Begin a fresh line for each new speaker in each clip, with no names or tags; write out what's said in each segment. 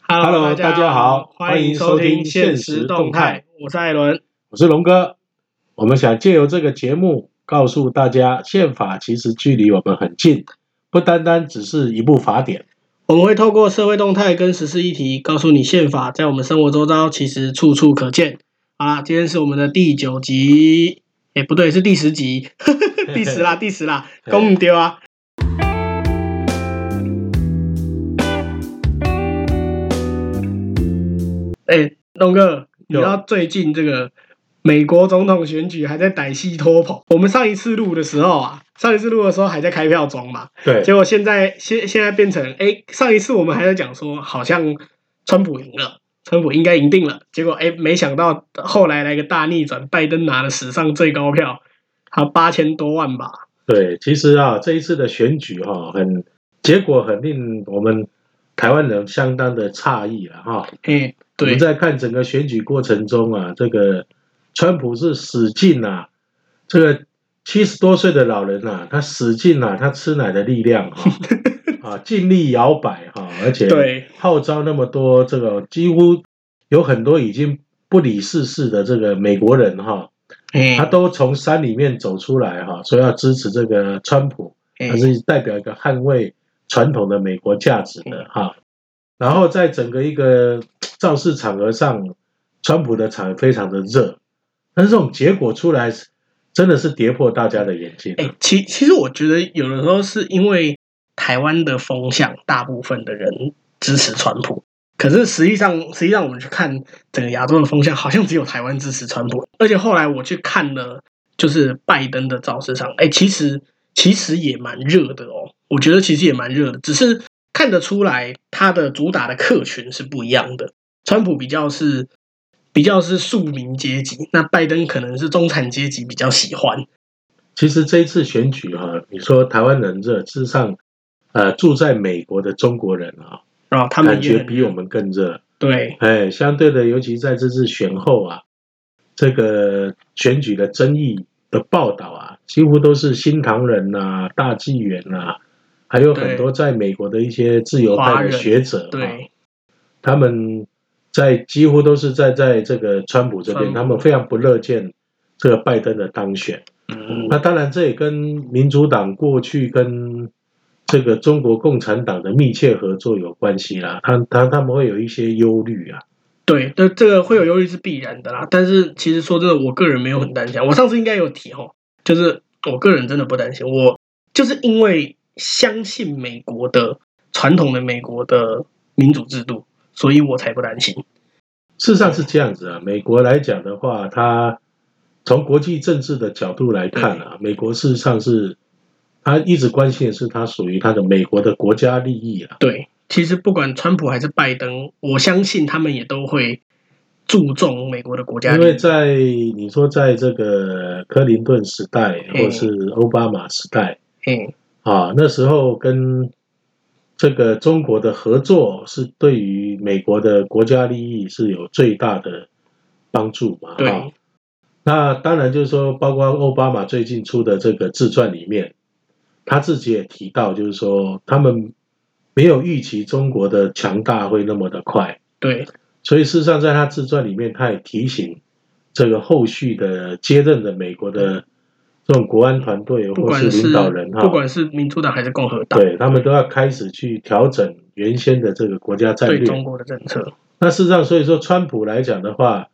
Hello，
大
大家好
欢迎收听《现实动态》，我是艾伦。
我是龙哥。我们想借由这个节目告诉大家，宪法其实距离我们很近，不单单只是一部法典。
我们会透过社会动态跟时事议题，告诉你宪法在我们生活周遭其实处处可见。好啦，今天是我们的第九集，哎，不对，是第十集， 第十啦，第十啦，公唔丢啊！哎，东哥，你知道最近这个美国总统选举还在歹戏拖棚？我们上一次录的时候啊，上一次录的时候还在开票中嘛，
对
结果现在现现在变成，哎、上一次我们还在讲说，好像川普赢了，川普应该赢定了。结果哎、没想到后来来个大逆转，拜登拿了史上最高票，他八千多万吧。
对，其实啊，这一次的选举哈、很结果很令我们台湾人相当的诧异了哈。
哎、
我
对
们，在看整个选举过程中啊，这个川普是使劲啊，这个七十多岁的老人啊，他使劲啊，他吃奶的力量 哈、啊，尽力摇摆哈、而且
对
号召那么多这个几乎有很多已经不理世事的这个美国人哈、
哎、
他都从山里面走出来哈、说要支持这个川普，
哎
他是代表一个捍卫传统的美国价值的哈、然后在整个一个嘖造势场合上，川普的场非常的热，但是这种结果出来是真的是跌破大家的眼镜。
哎、其其实我觉得有的时候是因为台湾的风向，大部分的人支持川普，可是实际上实际上我们去看整个亚洲的风向，好像只有台湾支持川普。而且后来我去看了，就是拜登的造势场，哎、其实其实也蛮热的哦，我觉得其实也蛮热的，只是看得出来他的主打的客群是不一样的。川普比较是比较是庶民阶级，那拜登可能是中产阶级比较喜欢。
其实这一次选举哈、你说台湾人热，事实上，呃，住在美国的中国人啊，
然后他们
感
也
觉
很
比我们更热。
对，
哎，相对的，尤其在这次选后啊，这个选举的争议的报道啊，几乎都是新唐人呐、大纪元呐、还有很多在美国的一些自由
华
派的
人
学者、啊，
对，
他们在几乎都是在在这个川普这
川
边，
普
他们非常不乐见这个拜登的当选。
嗯
那当然，这也跟民主党过去跟这个中国共产党的密切合作有关系啦。他他他们会有一些忧虑啊。
对，这这个会有忧虑是必然的啦。但是其实说真的，我个人没有很担心啊。我上次应该有提吼，就是我个人真的不担心，我就是因为相信美国的传统的美国的民主制度，所以我才不担心。
事实上是这样子啊，美国来讲的话，它从国际政治的角度来看啊，美国事实上是它一直关心的是它属于它的美国的国家利益啊。
对，其实不管川普还是拜登，我相信他们也都会注重美国的国家
因
利
为
益。
在你说在这个克林顿时代
嗯
或是奥巴马时代
嗯，
啊，那时候跟这个中国的合作是对于美国的国家利益是有最大的帮助嘛。
对，
啊那当然就是说，包括奥巴马最近出的这个自传里面，他自己也提到，就是说他们没有预期中国的强大会那么的快，
对，
所以事实上在他自传里面，他也提醒这个后续的接任的美国的这种国安团队
不
或
管是
领导人
不
哈，
管是民主党还是共和党，
对他们都要开始去调整原先的这个国家战
对
略。
中国的政策，
那事实上，所以说川普来讲的话，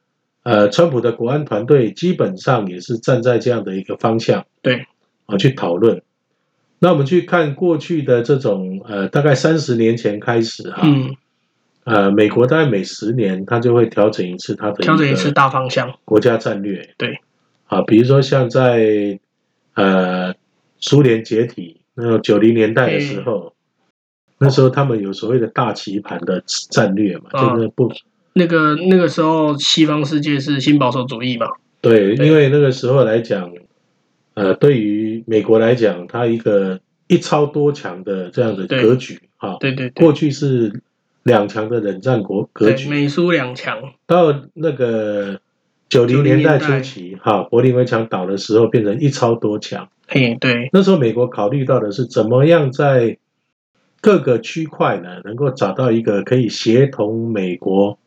呃，川普的国安团队基本上也是站在这样的一个方向，
对，
啊，去讨论。那我们去看过去的这种，呃，大概三十年前开始哈、
嗯。
呃，美国大概每十年它就会调整一次它的
调整一次
个
大方向。
国家战略，
对，
啊，比如说像在呃苏联解体那九零年代的时
嗯
候。那时候他们有所谓的大棋盘的战略嘛，
嗯
就是不
那个那个时候，西方世界是新保守主义嘛？
对，
对
因为那个时候来讲，呃，对于美国来讲，它一个一超多强的这样的
对
格局哈、
对对对
过，去是两强的冷战国格
对
局，
美苏两强，
到那个九零
90
年代
年代
初期哈、柏林围墙倒的时候，变成一超多强。
嘿，对
那时候美国考虑到的是怎么样在各个区块呢，能够找到一个可以协同美国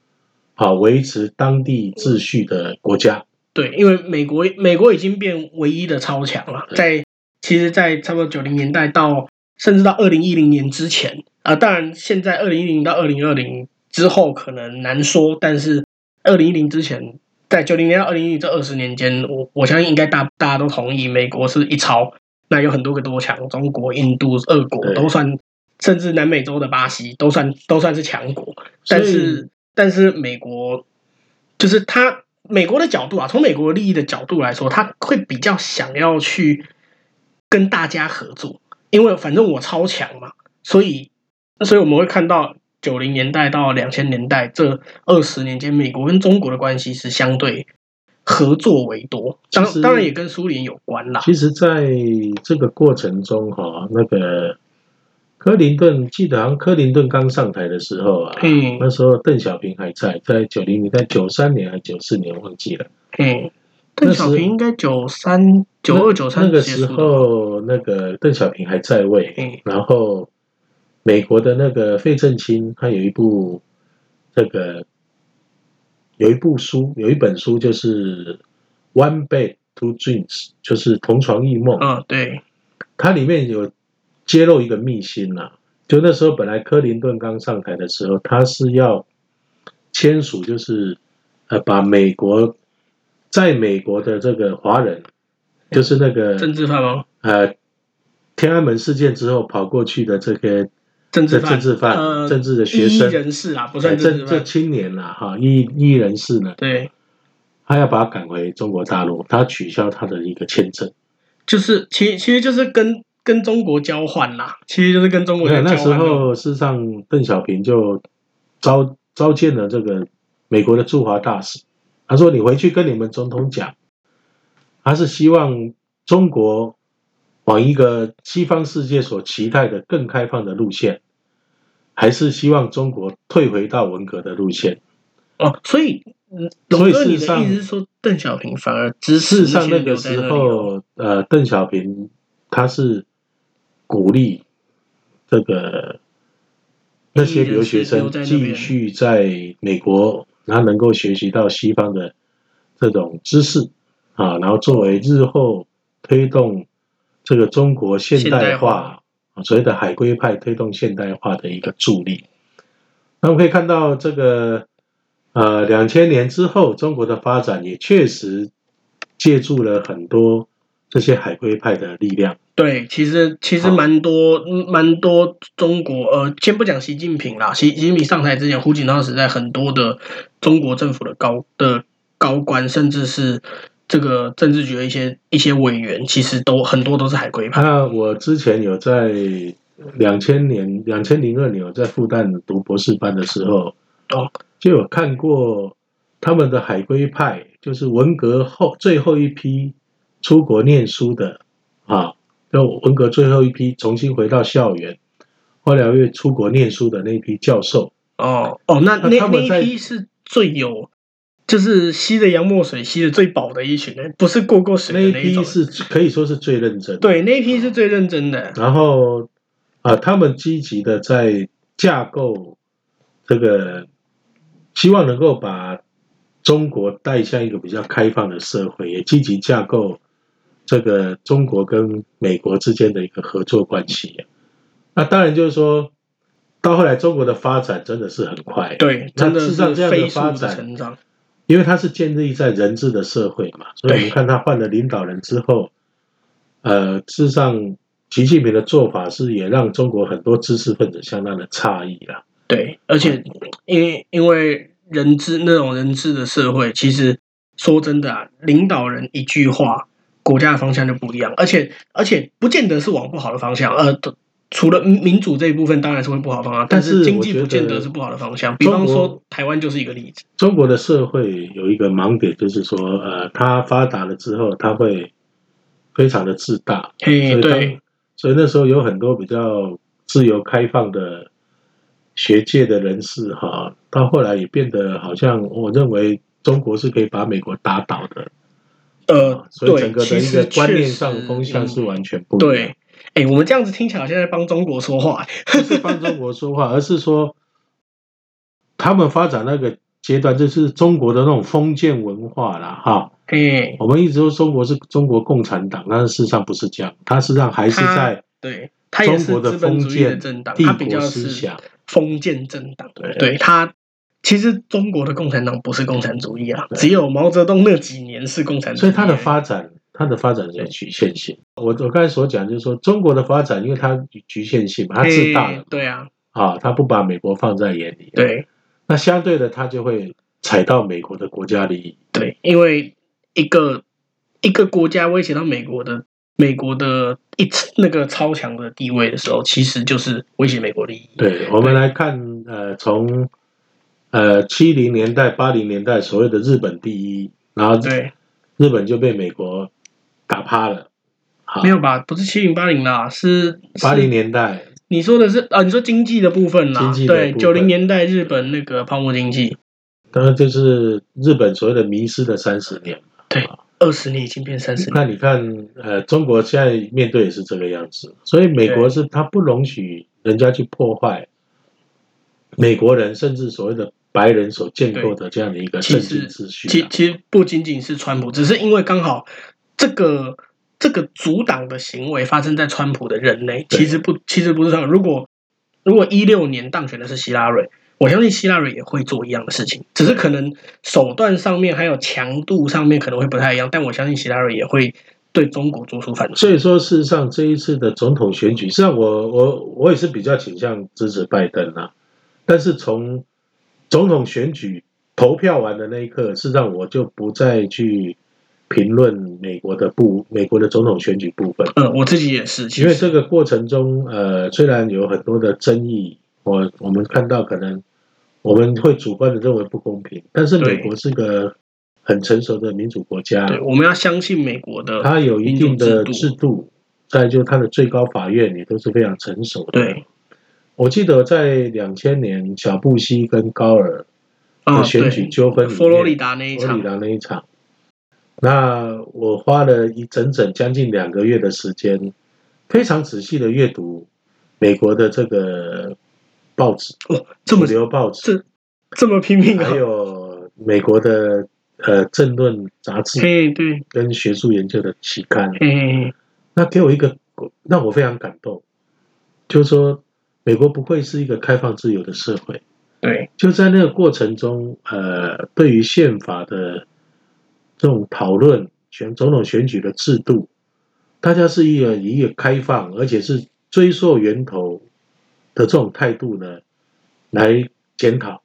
啊维持当地秩序的国家。
对，因为美国美国已经变唯一的超强了，在其实，在差不多九零年代到甚至到二零一零年之前啊、呃当然现在二零一零到二零二零之后可能难说，但是二零一零之前，在九零年到二零一零这二十年间，我我相信应该大大家都同意，美国是一超，那有很多个多强，中国、印度、俄国
对
都算，甚至南美洲的巴西都算都算是强国，但
所以
是但是美国就是他美国的角度啊，从美国利益的角度来说，他会比较想要去跟大家合作，因为反正我超强嘛，所以所以我们会看到九零年代到两千年代这二十年间，美国跟中国的关系是相对合作为多，当
其实
当然也跟苏联有关啦。
其实，在这个过程中哈、那个克林顿，记得好像克林顿刚上台的时候啊，
嗯
那时候邓小平还在，在九零年代九三年还九四年忘记了。
嗯，
那
邓
时
小平应该九三九二九
那
三
个
结
时
束了吧。
候，那个邓小平还在位，
嗯
然后美国的那个费正清，他有一部这个有一部书，有一本书就是《One Bed Two Dreams》，就是同床异梦。
嗯，对，
它里面有揭露一个秘辛呐、就那时候本来克林顿刚上台的时候，他是要签署，就是呃把美国在美国的这个华人，就是那个
政治犯吗？
呃天安门事件之后跑过去的这个
政治
这
犯，
政治犯、
呃
政治的学
异议
生、
人士啊，不
呃
算政
政
治
这
犯。
青年啦、哈异异议人士呢，
对，
他要把他赶回中国大陆，他取消他的一个签证。
就是其其实就是跟跟中国交换啦，其实就是跟中国
对，
在交
那
换。
时候事实上邓小平就召召见了这个美国的驻华大使，他说：“你回去跟你们总统讲，他是希望中国往一个西方世界所期待的更开放的路线，还是希望中国退回到文革的路线？
哦，所以嗯
所
龙
以
哥，你
事实
的
上
意思是说，邓小平反而支
事
持
实上，
那
那
些留
个
在
时
那里哦
候，呃，邓小平他是鼓励这个那些留学生
留在那边
继续在美国，然后能够学习到西方的这种知识啊，然后作为日后推动这个中国现
现
代
代
化
化，
啊所谓的海归派推动现代化的一个助力。那我们可以看到，这个呃，两千年之后，中国的发展也确实借助了很多这些海归派的力量。
对，其实其实
好
蛮多嗯蛮多中国呃，先不讲习近平啦，习习近平上台之前，胡锦涛时代很多的中国政府的高的高官，甚至是这个政治局的一些一些委员，其实都很多都是海归派。
那我之前有在两千年、两千零二年我在复旦读博士班的时候，
哦，
就有看过他们的海归派，就是文革后最后一批出国念书的啊，就文革最后一批重新回到校园，后来又出国念书的那一批教授，
哦哦，那
那
那
他
那
们
一
在
批是最有，就是吸的洋墨水吸的最饱的一群人，不是过过水
那
的
一
一
批
种。
是可以说是最认真的。
对，那一批是最认真的。
然后啊、呃他们积极的在架构这个，希望能够把中国带向一个比较开放的社会，也积极架构这个中国跟美国之间的一个合作关系。那当然就是说，到后来中国的发展真的是很快，
对，
那
真的
事实上
是
这样的
飞速
发
的
展
成长。
因为它是建立在人治的社会嘛，所以我们
对
看他换了领导人之后，呃，事实上习近平的做法是也让中国很多知识分子相当的诧异啦。
对，而且因为因为人治那种人治的社会，其实说真的啊，领导人一句话，国家的方向就不一样，而且而且不见得是往不好的方向，呃。除了民民主这一部分当然是会不好的方向，但
但是
是经济
我觉得
不见得是不好的方向。比
中
方
国
说台湾就是一个例子。
中国的社会有一个盲点，就是说，呃，它发达了之后，它会非常的自大，所
嘿，
以
嗯对
当，所以那时候有很多比较自由开放的学界的人士哈，到后来也变得好像我认为中国是可以把美国打倒的，
呃，
所以
对
整，个的
其
一
实
个观念
确
上
实
风向是
嗯
完全不一样。
对，哎，我们这样子听起来好像在帮中国说话，
不是帮中国说话，而是说他们发展那个阶段，就是中国的那种封建文化啦，哈。
嘿，
我们一直说中国是中国共产党，但是事实上不是这样，它实际上还是
它
在
对，他也是
中国的
资本主义的
封建
政党，
帝
他比
国
较
思
是
想。
封建政党，
对
对他。其实中国的共产党不是共产主义啊，
对
只有毛泽东那几年是共产主义，
所以它的发展，它的发展是有局限性。我我刚才所讲就是说，中国的发展，因为它局限性嘛，它自大
哎
了
对啊，
啊，它不把美国放在眼里。，
对
那相对的，它就会踩到美国的国家利益。
对，因为一个一个国家威胁到美国的美国的一那个超强的地位的时候，其实就是威胁美国利益。
对，我们来看，呃，从呃七零年代、八零年代所谓的日本第一，然后
对，
日本就被美国打趴了。好
没，有吧？不是七零八零啦，是
八。零
是
年代
你说的是啊？你说经济的部分啦
经，济的
对，
部
九
分
零年代日本那个泡沫经济，
当然就是日本所谓的迷失的三十年。
二十年已经变三十年，
那你看，呃，中国现在面对也是这个样子，所以美国是它不容许人家去破坏美国人甚至所谓的白人所建构的这样的一个
其
政
实
治秩序
其
啊、
其实不仅仅是川普，只是因为刚好这个这个阻挡的行为发生在川普的任内，
对
其实不其实不是川普。如果如果一六年当选的是希拉蕊，我相信希拉蕊也会做一样的事情，只是可能手段上面还有强度上面可能会不太一样，但我相信希拉蕊也会对中国做出反制。
所以说，事实上这一次的总统选举，实际上我我我也是比较倾向支持拜登啊，但是从总统选举投票完的那一刻，事实上我就不再去评论美国的部美国的总统选举部分。
嗯，我自己也是，其
因为
实
这个过程中，呃，虽然有很多的争议，我我们看到可能我们会主观的认为不公平，但是
对
美国是个很成熟的民主国家，
对，我们要相信美国的
它有一定的
呃民主
制
制度
度，再就它的最高法院也都是非常成熟的。
对，
我记得在两千年小布希跟高尔
啊
的选举
对
纠纷里面
佛罗里达那一
佛罗
场
里，达那一场，那我花了一整整将近两个月的时间，非常仔细的阅读美国的这个报纸，
哇，这么
主流报纸，
这这么拼命啊！
还有美国的呃政论杂志
嘿，对，
跟学术研究的期刊，
嘿嘿嘿，
那给我一个让我非常感动，就是说美国不愧是一个开放自由的社会。
对，
就在那个过程中，呃，对于宪法的这种讨论，选总统选举的制度，大家是一个以一个开放，而且是追溯源头的这种态度呢，来检讨。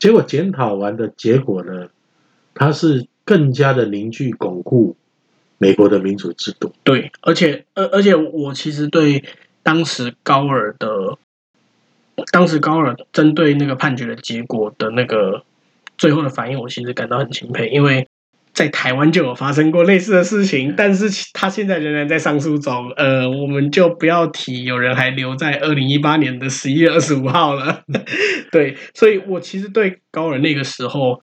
结果检讨完的结果呢，它是更加的凝聚巩固美国的民主制度。
对，而且，而而且我其实对当时高尔的，当时高尔针对那个判决的结果的那个最后的反应，我其实感到很钦佩，因为在台湾就有发生过类似的事情，但是其他现在仍然在上诉中。呃，我们就不要提有人还留在二零一八年的十一月二十五号了。 对，所以我其实对高尔那个时候。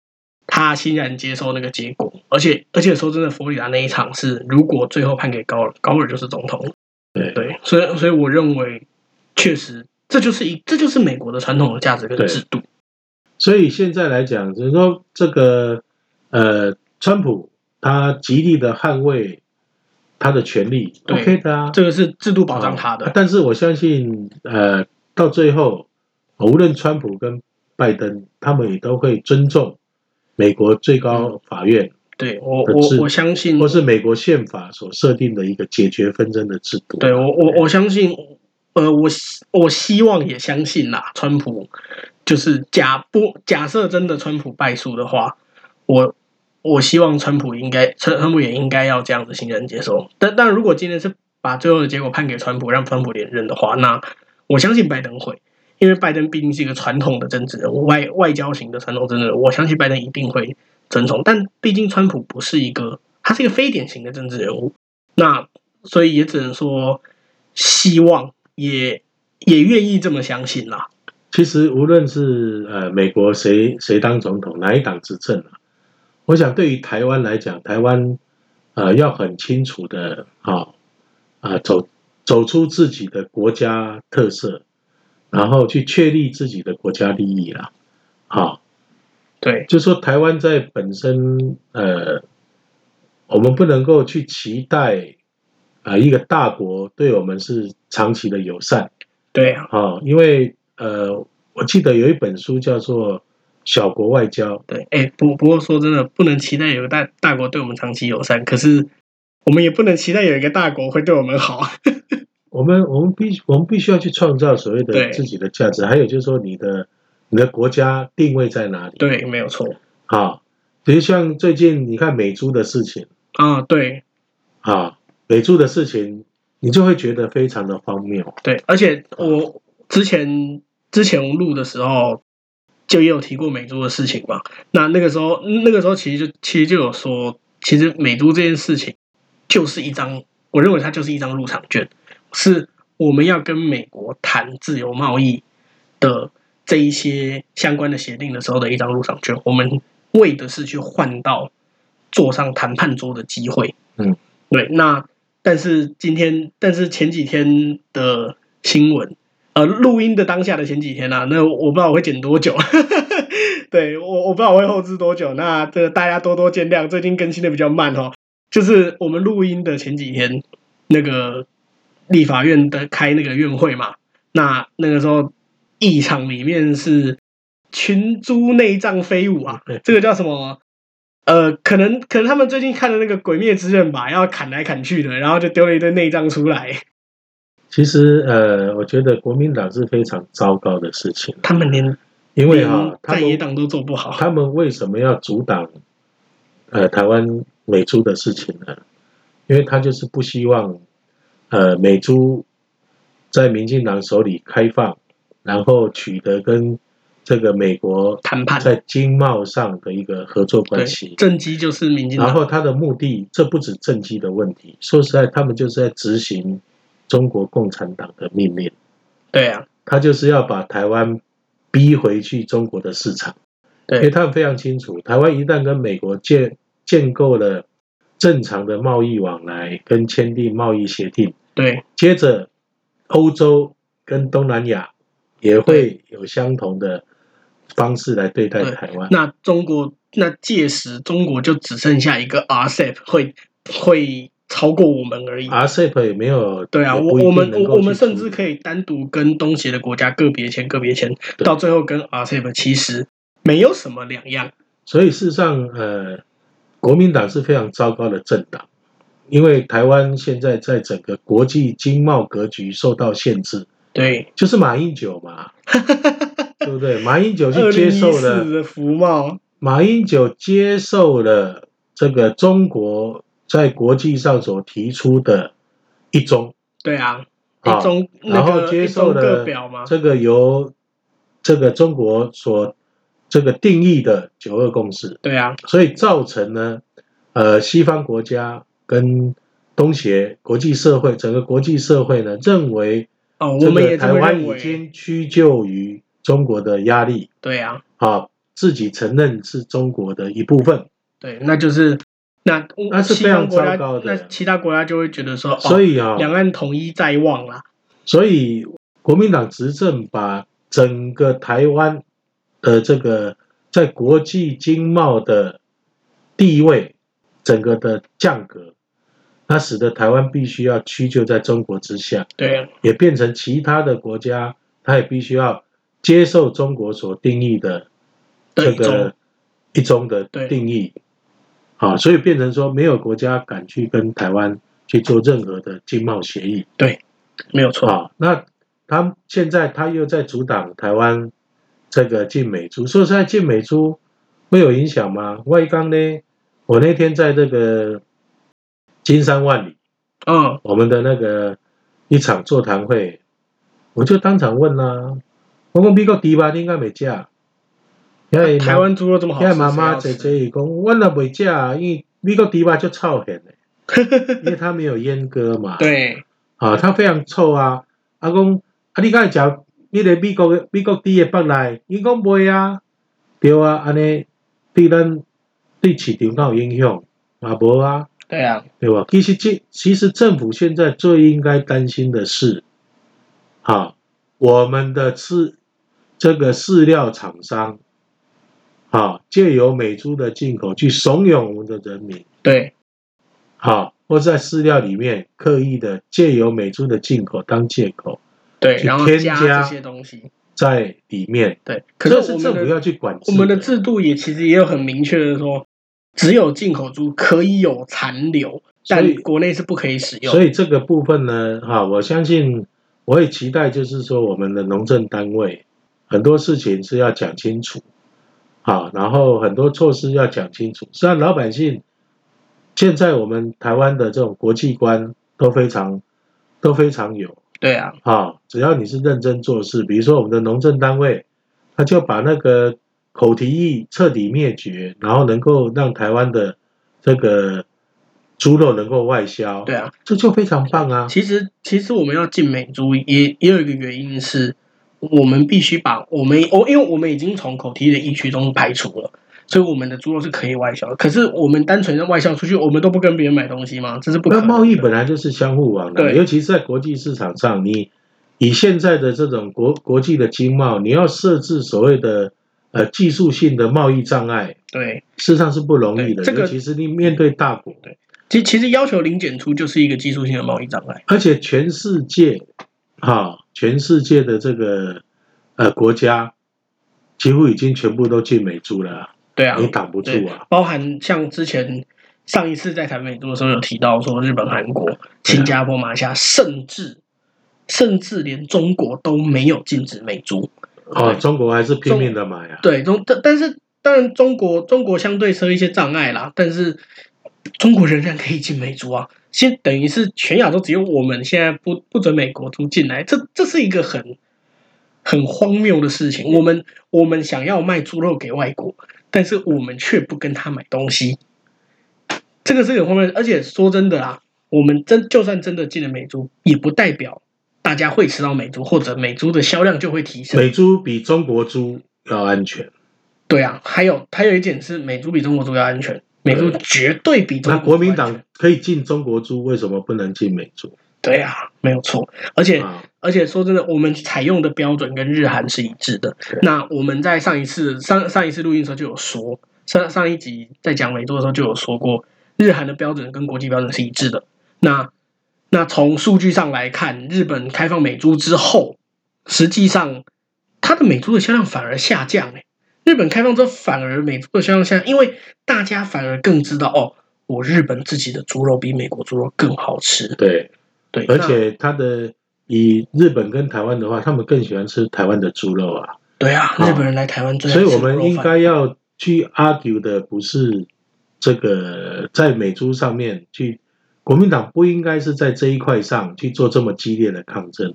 他欣然接受那个结果，而且而且说真的，佛罗里达那一场是，如果最后判给高尔，高尔就是总统了。
对
对，所以所以我认为，确实这就是一这就是美国的传统的价值跟制度。
所以现在来讲，就是说这个呃，川普他极力的捍卫他的权利
对
，OK 的啊，
这个是制度保障他的
啊。但是我相信，呃，到最后，无论川普跟拜登，他们也都会尊重美国最
嗯
高法院、
对我
的
我
制度
我相信
或，是美国宪法所设定的一个解决纷争的制度。
对我我我相信，呃，我希我希望也相信啦，川普就是假不假设真的川普败诉的话，我。我希望川普应该，川川普也应该要这样子欣然接受。但但如果今天是把最后的结果判给川普，让川普连任的话，那我相信拜登会，因为拜登毕竟是一个传统的政治人物，外外交型的传统政治人物，我相信拜登一定会遵从。但毕竟川普不是一个，他是一个非典型的政治人物，那所以也只能说希望也也愿意这么相信啦。
其实无论是呃美国谁谁当总统，哪一党执政啊，我想对于台哦湾来讲，台湾呃要很清楚的啊啊、走走出自己的国家特色，然后去确立自己的国家利益啦。好，
对，
就说台湾在本身，呃，我们不能够去期待，啊，一个大国对我们是长期的友善。
对啊，
哦，因为呃，我记得有一本书叫做《小国外交》，
对，哎，不不过说真的，不能期待有个大大国对我们长期友善，可是我们也不能期待有一个大国会对我们好。
我们我们必我们必须要去创造所谓的
对
自己的价值，还有就是说你的你的国家定位在哪里？
对，没有错。
啊，比如像最近你看美猪的事情
啊，对
啊，美猪的事情，你就会觉得非常的荒谬。
对，而且我之前之前录的时候，就也有提过美猪的事情嘛。那那个时候，那个时候其实就其实就有说，其实美猪这件事情就是一张，我认为它就是一张入场券，是我们要跟美国谈自由贸易的这一些相关的协定的时候的一张入场券。我们为的是去换到坐上谈判桌的机会。
嗯，
对。那但是今天，但是前几天的新闻呃，录音的当下的前几天啊，那我不知道我会剪多久， 对我我不知道我会后置多久，那这个大家多多见谅，最近更新的比较慢哦。就是我们录音的前几天，那个立法院的开那个院会嘛，那那个时候议场里面是群猪内脏飞舞啊，这个叫什么？呃，可能可能他们最近看的那个《鬼灭之刃》吧，要砍来砍去的，然后就丢了一堆内脏出来。
其实呃，我觉得国民党是非常糟糕的事情，
他们连
因为
连
啊哈、他
在野
们
党都做不好。
他们为什么要阻挡呃台湾美猪的事情呢？因为他就是不希望呃美猪在民进党手里开放，然后取得跟这个美国
谈判
在经贸上的一个合作
对
关系，。
政绩就是民进
然
党，
后他的目的，这不止政绩的问题，说实在，他们就是在执行中国共产党的命令。
对啊，
他就是要把台湾逼回去中国的市场，
对
因为他们非常清楚，台湾一旦跟美国建建构了正常的贸易往来，跟签订贸易协定，
对
接着欧洲跟东南亚也会有相同的方式来对待
对
台湾。
那中国那届时中国就只剩下一个 RCEP 会会超过我们而已。
RCEP 也没有
对啊，
也
我
啊不一定
我们
能够
我我们
去处
甚至
理
可以单独跟东协的国家个别签个别签，
对
到最后跟 RCEP 其实没有什么两样。
所以事实上，呃，国民党是非常糟糕的政党，因为台湾现在在整个国际经贸格局受到限制，
对，
就是马英九 嘛，对不对？马英九
二
去
零
接
一
受
四
了，
的福茂，
马英九接受了这个中国在国际上所提出的一中，
对啊，
啊
一中那
然后
个
接
一中
受
各
了
表嘛，
这个由这个中国所这个定义的九二共识。
对啊，
所以造成呢，呃，西方国家跟东协国际社会整个国际社会呢，认为
哦，我
这
们也
个
这
台
么
湾
认
已
为，
经屈就于中国的压力
对啊，
啊，自己承认是中国的一部分，
对，那就是那嗯
那是
西
非
方
常
国家
糟糕的
那其他国家就会觉得说，哦、
所以啊、
两岸统一在望啊啦。
所以国民党执政把整个台湾的这个在国际经贸的地位，整个的降格，那使得台湾必须要屈就在中国之下，
对
也变成其他的国家，它也必须要接受中国所定义的这
对一中
个一中的
对
定义。啊，所以变成说没有国家敢去跟台湾去做任何的经贸协议。
对，没有错。
啊，那他现在他又在阻挡台湾这个进美猪，说实在进美猪会有影响吗？外刚呢，我那天在这个金山万里
嗯，
我们的那个一场座谈会，我就当场问啦、我讲美国猪肉你应该没价，因为
台湾猪肉这么好
因
吃，
为妈妈
谁
姐
要吃
姐伊讲，我若袂食，因为美国猪肉就臭很 的，因为它没有阉割嘛。
对
啊，它非常臭啊！啊，讲啊，你敢会食你个美国的美国猪的北来？伊讲袂啊，对啊，安尼对咱对市场哪有影响？啊，无啊，
对啊，
对吧？其实这其实政府现在最应该担心的是，啊，我们的饲这个饲料厂商，啊，借由美猪的进口去怂恿我们的人民，
对，
啊，或在饲料里面刻意的借由美猪的进口当借口
对，
去
然后
添
加
加
这些东西，
在里面，
对。可
这
是我
是
们
政府要
的
去管制
我们的制度也其实也有很明确的说，只有进口猪可以有残留，
所
但
以
国内是不可以使用。
所以这个部分呢，哈、我相信我也期待，就是说我们的农政单位很多事情是要讲清楚，啊，然后很多措施要讲清楚。虽然老百姓现在我们台湾的这种国际观都非常都非常有
对啊，
啊，只要你是认真做事，比如说我们的农政单位，他就把那个口蹄疫彻底灭绝，然后能够让台湾的这个猪肉能够外销。
对啊。
这就非常棒哦啊！
其实其实我们要进美猪也也有一个原因是，我们必须把我们哦，因为我们已经从口蹄疫的疫区中排除了。所以我们的猪肉是可以外销的，可是我们单纯的外销出去，我们都不跟别人买东西吗？这是不可
那
能的。
贸易本来就是相互往来，
对
尤其是在国际市场上，你以现在的这种国国际的经贸，你要设置所谓的呃技术性的贸易障碍，
对，
事实上是不容易
对
的。
这个
尤其是你面对大国，
其其实要求零检出就是一个技术性的贸易障碍。
而且全世界哈、全世界的这个呃国家几乎已经全部都进美猪了，
对啊，
你挡不住
对
啊。
包含像之前上一次在谈美猪的时候有提到说，日本、韩
啊
国、新加坡、马来西亚，甚至甚至连中国都没有禁止美猪。
哦，
对
中国还是拼命的买啊。
对中，但但是当然中国中国相对设一些障碍啦，但是中国仍然可以进美猪啊。现等于是全亚洲只有我们现在不不准美国猪进来，这这是一个很很荒谬的事情。我们我们想要卖猪肉给外国，但是我们却不跟他买东西，这个是很荒谬的。而且说真的啦，我们真就算真的进了美猪，也不代表大家会吃到美猪，或者美猪的销量就会提升。
美猪比中国猪要安全，
对啊，还有还有一点是美猪比中国猪要安全，美猪绝对比中
那
国
国民
猪安全
党可以进中国猪，为什么不能进美猪？
对啊，没有错。而且、
啊，
而且说真的，我们采用的标准跟日韩是一致的
对。
那我们在上一次上上一次录音的时候就有说，上上一集在讲美猪的时候就有说过，日韩的标准跟国际标准是一致的。那那从数据上来看，日本开放美猪之后，实际上它的美猪的销量反而下降、欸。日本开放之后，反而美猪的销量下降，因为大家反而更知道哦，我日本自己的猪肉比美国猪肉更好吃。
对，
对，
而
那
且它的以日本跟台湾的话，他们更喜欢吃台湾的猪肉啊，
对啊，
啊
日本人来台湾最爱
所以
吃
我
卤
们
肉
应
饭
该要去 argue 的不是这个在美猪上面去，国民党不应该是在这一块上去做这么激烈的抗争，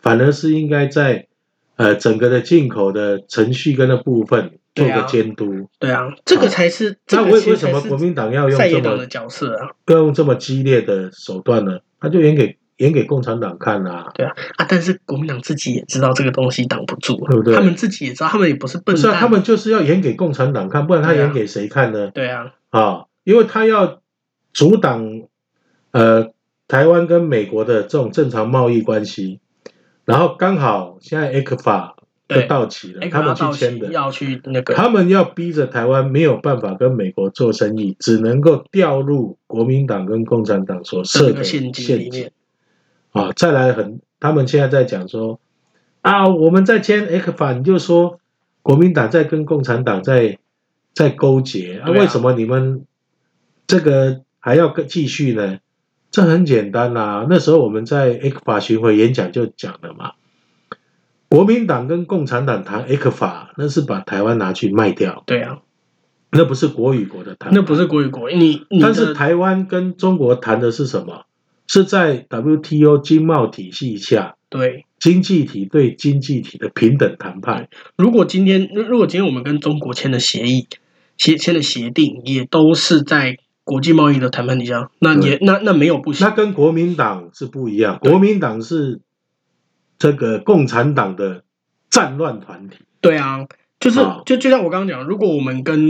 反而是应该在呃整个的进口的程序跟的部分做
对
个
啊
监督。
对啊，这个才是
那
这
为
个其
为
实
什么
才
国
是
民党要用
在
这
野党的
么
角色啊？
要用这么激烈的手段呢？他就演给演给共产党看啊！
对啊啊！但是国民党自己也知道这个东西挡不住啊，
对不对
他们自己也知道，他们也不是笨蛋，
不是啊，他们就是要演给共产党看，不然他
对啊
演给谁看呢？
对啊，
啊，因为他要阻挡呃台湾跟美国的这种正常贸易关系，然后刚好现在 ECFA 就
对，
到期了，
哎
他们
可能
去
要到
签
期
的，
要去那个，
他们要逼着台湾没有办法跟美国做生意，只能够掉入国民党跟共产党所设
这
的
个陷阱里面，
啊，再来很，他们现在在讲说啊，我们在签 A 克法，你就说国民党在跟共产党在在勾结，啊，
对啊
为什么你们这个还要跟继续呢？这很简单啦、那时候我们在 A 克法巡回演讲就讲了嘛，国民党跟共产党谈 A 克法，那是把台湾拿去卖掉，
对啊，
那不是国与国的谈，
那不是国与国，你你
啊但是
的
台湾跟中国谈的是什么？是在 WTO 经贸体系下，
对，
经济体对经济体的平等谈判。
如果今天如如果今天我们跟中国签的协议，协签的协定也都是在国际贸易的谈判底下，那也那那没有不行啊
那，跟国民党是不一样，
对
国民党是这个共产党的战乱团体。
对啊，就是
啊
就就像我刚刚讲，如果我们跟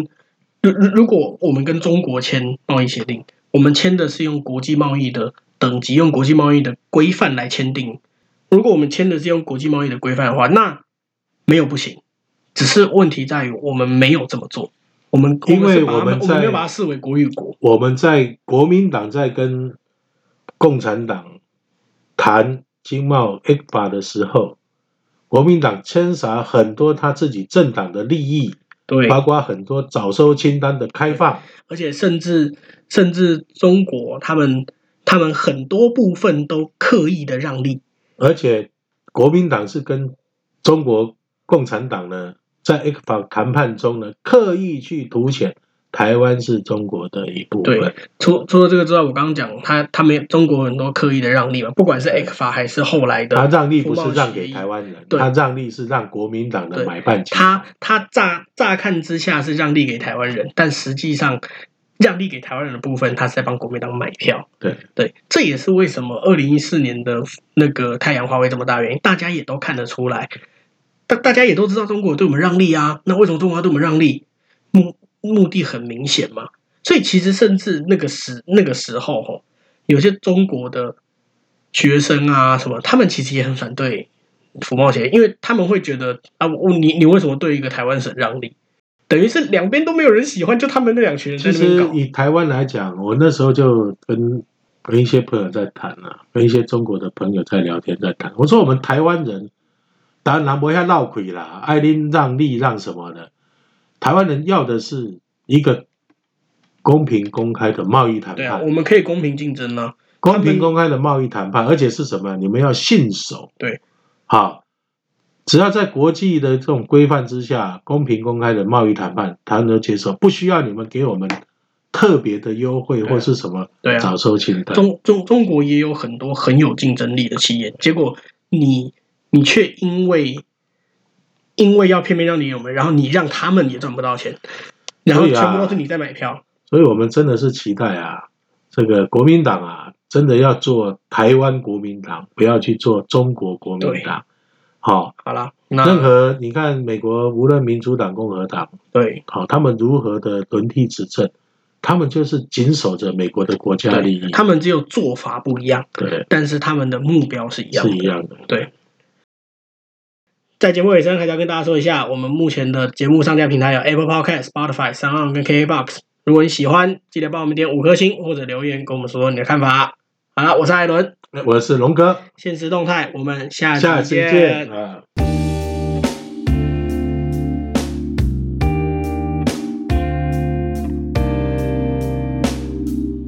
如如如果我们跟中国签贸易协定，我们签的是用国际贸易的等级、用国际贸易的规范来签订。如果我们签的是用国际贸易的规范的话，那没有不行，只是问题在于我们没有这么做。我们
因为
我
我们
们是把它我们没有
在
把它视为国与国。
我们在国民党在跟共产党谈经贸 A 法的时候，国民党牵涉很多他自己政党的利益，
对，
包括很多早收清单的开放。
而且甚至甚至中国他们他们很多部分都刻意的让利，
而且国民党是跟中国共产党呢，在 A 法谈判中呢，刻意去凸显台湾是中国的一部分
对。呃除除了这个之外，我刚刚讲他他们中国很多刻意的让利嘛，不管是 A 克法还是后来
他
的，
让利不是让给台湾人，
对
他让利是让国民党的
对
买办集团
他他乍乍看之下是让利给台湾人，但实际上让利给台湾人的部分，他是在帮国民党买票。
对
对，这也是为什么二零一四年的那个太阳花会这么大原因，大家也都看得出来，大大家也都知道中国对我们让利啊，那为什么中国要对我们让利？目目的很明显嘛，所以其实甚至那个时那个时候吼，有些中国的学生啊什么，他们其实也很反对服贸协议，因为他们会觉得啊，我你你为什么对一个台湾省让利？等于是两边都没有人喜欢，就他们那两群人在
其
那边
实
搞。
以台湾来讲，我那时候就跟跟一些朋友在谈啊，跟一些中国的朋友在聊天在谈。我说我们台湾人，当然南博要闹鬼啦，爱拎让利让什么的。台湾人要的是一个公平公开的贸易谈
对啊，
判，
我们可以公平竞争啊。
公
他
平
们
公开的贸易谈判，而且是什么？你们要信守。
对，
好，只要在国际的这种规范之下，公平公开的贸易谈判，他们都接受，不需要你们给我们特别的优惠
对啊
或是什么
对啊
早收清单。
中中中国也有很多很有竞争力的企业，结果你你却因为因为要偏偏让你有门，然后你让他们也赚不到钱，然后
对啊
全部都是你在买票。
所以我们真的是期待啊，这个国民党啊，真的要做台湾国民党，不要去做中国国民党。好、
好啦，那
任何你看美国无论民主党、共和党，
对
好、他们如何的轮替执政，他们就是紧守着美国的国家利益
对，，他们只有做法不一样，
对，
但是他们的目标是一样
是
的
一。样的。
在节目尾声，还是要跟大家说一下，我们目前的节目上架平台有 Apple Podcast、Spotify、s o u n 跟 KKBox。如果你喜欢，记得帮我们点五颗星或者留言跟我们说说你的看法。好了，我是艾伦，
我是龙哥，
现实动态，我们下
下
期
次见啊。
见。